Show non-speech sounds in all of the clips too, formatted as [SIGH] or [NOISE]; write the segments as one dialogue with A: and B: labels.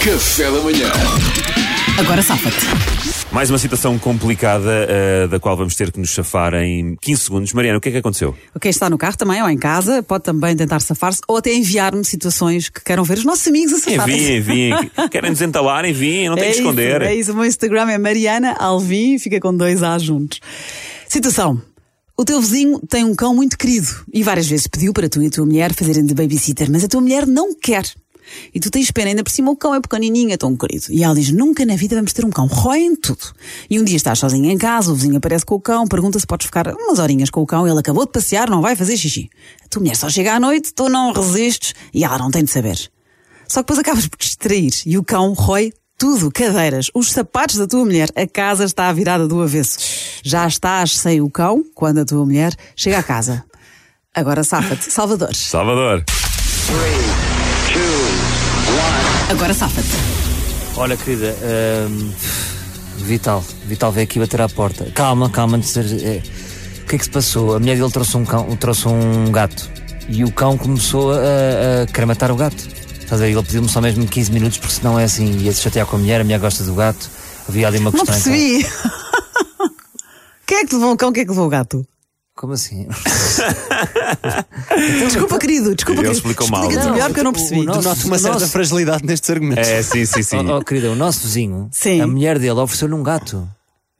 A: Café da manhã.
B: Agora safa-te.
C: Mais uma situação complicada eh, da qual vamos ter que nos safar em 15 segundos. Mariana, o que é que aconteceu?
B: Quem está no carro também ou em casa pode também tentar safar-se ou até enviar-me situações que queiram ver os nossos amigos a safar-se.
C: Enviem, enviem. Querem nos entalar, enviem, não tem que esconder.
B: Isso, é isso. O meu Instagram é Mariana Alvim, fica com dois A juntos. Situação. O teu vizinho tem um cão muito querido e várias vezes pediu para tu e a tua mulher fazerem de babysitter, mas a tua mulher não quer. E tu tens pena, ainda por cima o cão é pequenininho, é tão querido. E ela diz, nunca na vida vamos ter um cão, rói em tudo. E um dia estás sozinha em casa, o vizinho aparece com o cão, pergunta se podes ficar umas horinhas com o cão, ele acabou de passear, não vai fazer xixi. A tua mulher só chega à noite, tu não resistes e ela não tem de saber. Só que depois acabas por te distrair e o cão rói tudo, cadeiras, os sapatos da tua mulher, a casa está virada do avesso. Já estás sem o cão quando a tua mulher chega à casa. Agora safa-te, Salvador.
C: Salvador.
B: Agora safa-te.
D: Olha, querida, hum, Vital, Vital veio aqui bater à porta. Calma, calma, antes de ser- é, o que é que se passou? A mulher dele trouxe um cão, trouxe um gato e o cão começou a, a querer matar o gato. Estás a ver? Ele pediu-me só mesmo 15 minutos porque senão é assim, ia se chatear com a mulher, a mulher gosta do gato, havia ali uma
B: Não
D: questão. em casa.
B: percebi. [LAUGHS] Quem é que te levou o cão? Quem é que te levou o gato?
D: Como assim?
B: Desculpa, querido. Desculpa,
C: Ele
B: querido.
C: explicou mal.
B: Explica-te
C: Não,
B: melhor porque eu não percebi.
D: nosso, uma certa
E: fragilidade nestes argumentos.
C: É, sim, sim, sim.
D: Oh, oh, querida, o nosso vizinho,
B: Sim.
D: a mulher dele ofereceu-lhe um gato.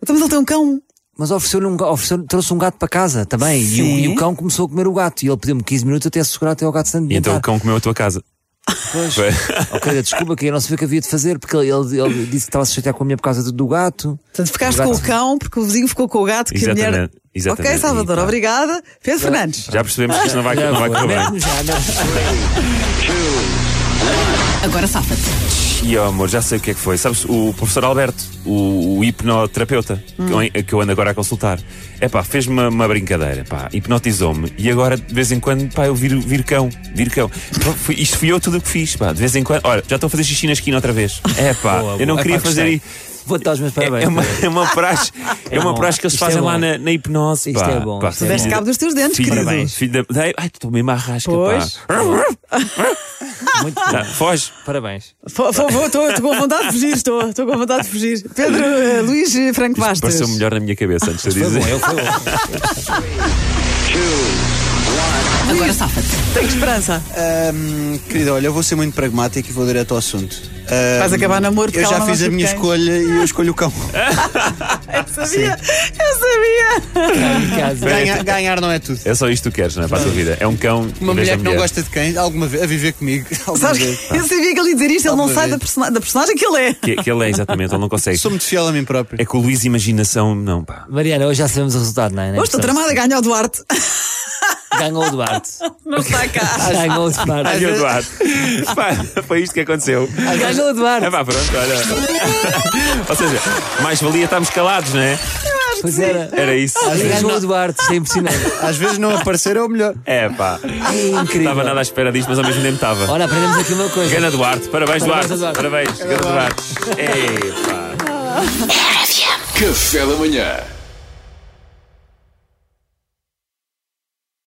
B: Então, mas ele tem um cão.
D: Mas ofereceu-lhe um, ga- ofereceu trouxe um gato para casa também. E o,
B: Sim.
D: e o cão começou a comer o gato. E ele pediu-me 15 minutos até segurar até o gato
B: oh.
D: se alimentar.
C: E então o cão comeu a tua casa.
D: Pois.
C: [LAUGHS] Foi.
D: Oh, querida, desculpa que eu não sabia o que havia de fazer, porque ele, ele- ele disse que estava a se chatear com a minha por causa do, do gato.
B: Portanto, ficaste
D: O
B: com
D: gato-
B: o cão porque o vizinho ficou com o gato que a mulher.
C: Exatamente, exatamente.
B: Ok, Salvador,
C: E, pá.
B: obrigada. Pedro Fernandes.
C: Já percebemos que isto não vai, não vai correr bem.
D: Mete-me já, não.
B: Agora safa-te.
C: E oh, amor, já sei o que é que foi. Sabes, o professor Alberto, o, o hipnoterapeuta, que, eu, que eu ando agora a consultar, é pá, fez-me uma, uma brincadeira, pá, hipnotizou-me. E agora, de vez em quando, pá, eu viro, viro cão, viro cão. Pá, fui- isto fui eu tudo o que fiz, pá, de vez em quando. Olha, já estou a fazer xixi na esquina outra vez. É pá,
D: Boa,
C: eu não
D: boa.
C: queria
D: Epá,
C: fazer
D: gostei.
C: isso.
D: Vou-te dar os meus
C: É,
D: parabéns.
C: é uma, é uma praxe, é
D: É
C: uma
D: bom.
C: praxe que eles
D: Isto é
C: fazem lá
D: bom.
C: na, na hipnose.
D: Isto
C: pá.
D: é bom,
C: Pá,
D: isto é
B: Deste
D: bom.
B: cabo dos teus dentes,
C: Filho, da-
B: querido.
C: filho da. Ai, estou mesmo à rasca, [LAUGHS]
B: Pois.
C: pá.
D: Muito
C: Tá,
D: bom.
C: foge.
D: Parabéns.
B: Por favor, estou estou com vontade de fugir, estou estou com vontade de fugir. Pedro eh, Luís eh, Franco
C: Isto
B: Bastos.
C: pareceu melhor na minha cabeça antes de
D: Foi
C: [LAUGHS] dizer.
D: bom, eu fui bom.
B: Agora safa-te. Tenho esperança.
E: querida, olha, eu vou ser muito pragmático e vou direto ao assunto. Ahm,
B: Vais acabar namoro porque
E: Hum, Eu
B: ela
E: já
B: não
E: fiz
B: gosta
E: a
B: de
E: minha
B: cães.
E: escolha e eu escolho o cão.
B: Eu sabia, eu sabia.
D: Em casa.
E: [LAUGHS] Ganha- ganhar não é tudo.
C: É só isto que tu queres, não é? Para a tua vida. É um cão.
E: Uma
C: em vez da
E: mulher que não gosta de cães, alguma vez, a viver comigo, [LAUGHS] alguma
B: Sabes,
E: vez.
B: eu sabia que ele ia dizer isto, ele não
E: Alguma
B: sai
E: vez.
B: da, persona- da personagem que ele é.
C: Que, que ele é, exatamente, ele não consegue.
E: Sou muito fiel a mim próprio.
C: É que o Luís Imaginação, não, pá.
D: Mariana, hoje já sabemos o resultado, não é? Nem
B: Hoje estou
D: precisamos.
B: tramada,
E: assim.
B: ganha o Duarte.
D: Ganhou
B: [LAUGHS]
D: o Duarte.
B: Não está [LAUGHS] cá.
D: Ganhou o Duarte.
C: Ai,
E: [LAUGHS]
C: Eduardo. Pá, foi isto que aconteceu.
D: Ganhou o
C: Ah,
D: Duarte.
C: pá, pronto, olha. Ou seja, mais valia estarmos calados, não é?
D: Pois era.
C: Era isso.
D: Ganhou o Duarte. Isto é impressionante.
E: Às vezes não aparecer é o melhor.
C: É, pá. Não
D: Incrível.
C: estava nada à espera disto, mas ao mesmo tempo estava.
D: Olha, aprendemos aqui uma coisa.
C: Gana Duarte, parabéns, É.
D: Parabéns,
C: Duarte.
D: Eduardo.
C: Parabéns, Gana Duarte. Ei, pá.
A: Café da manhã.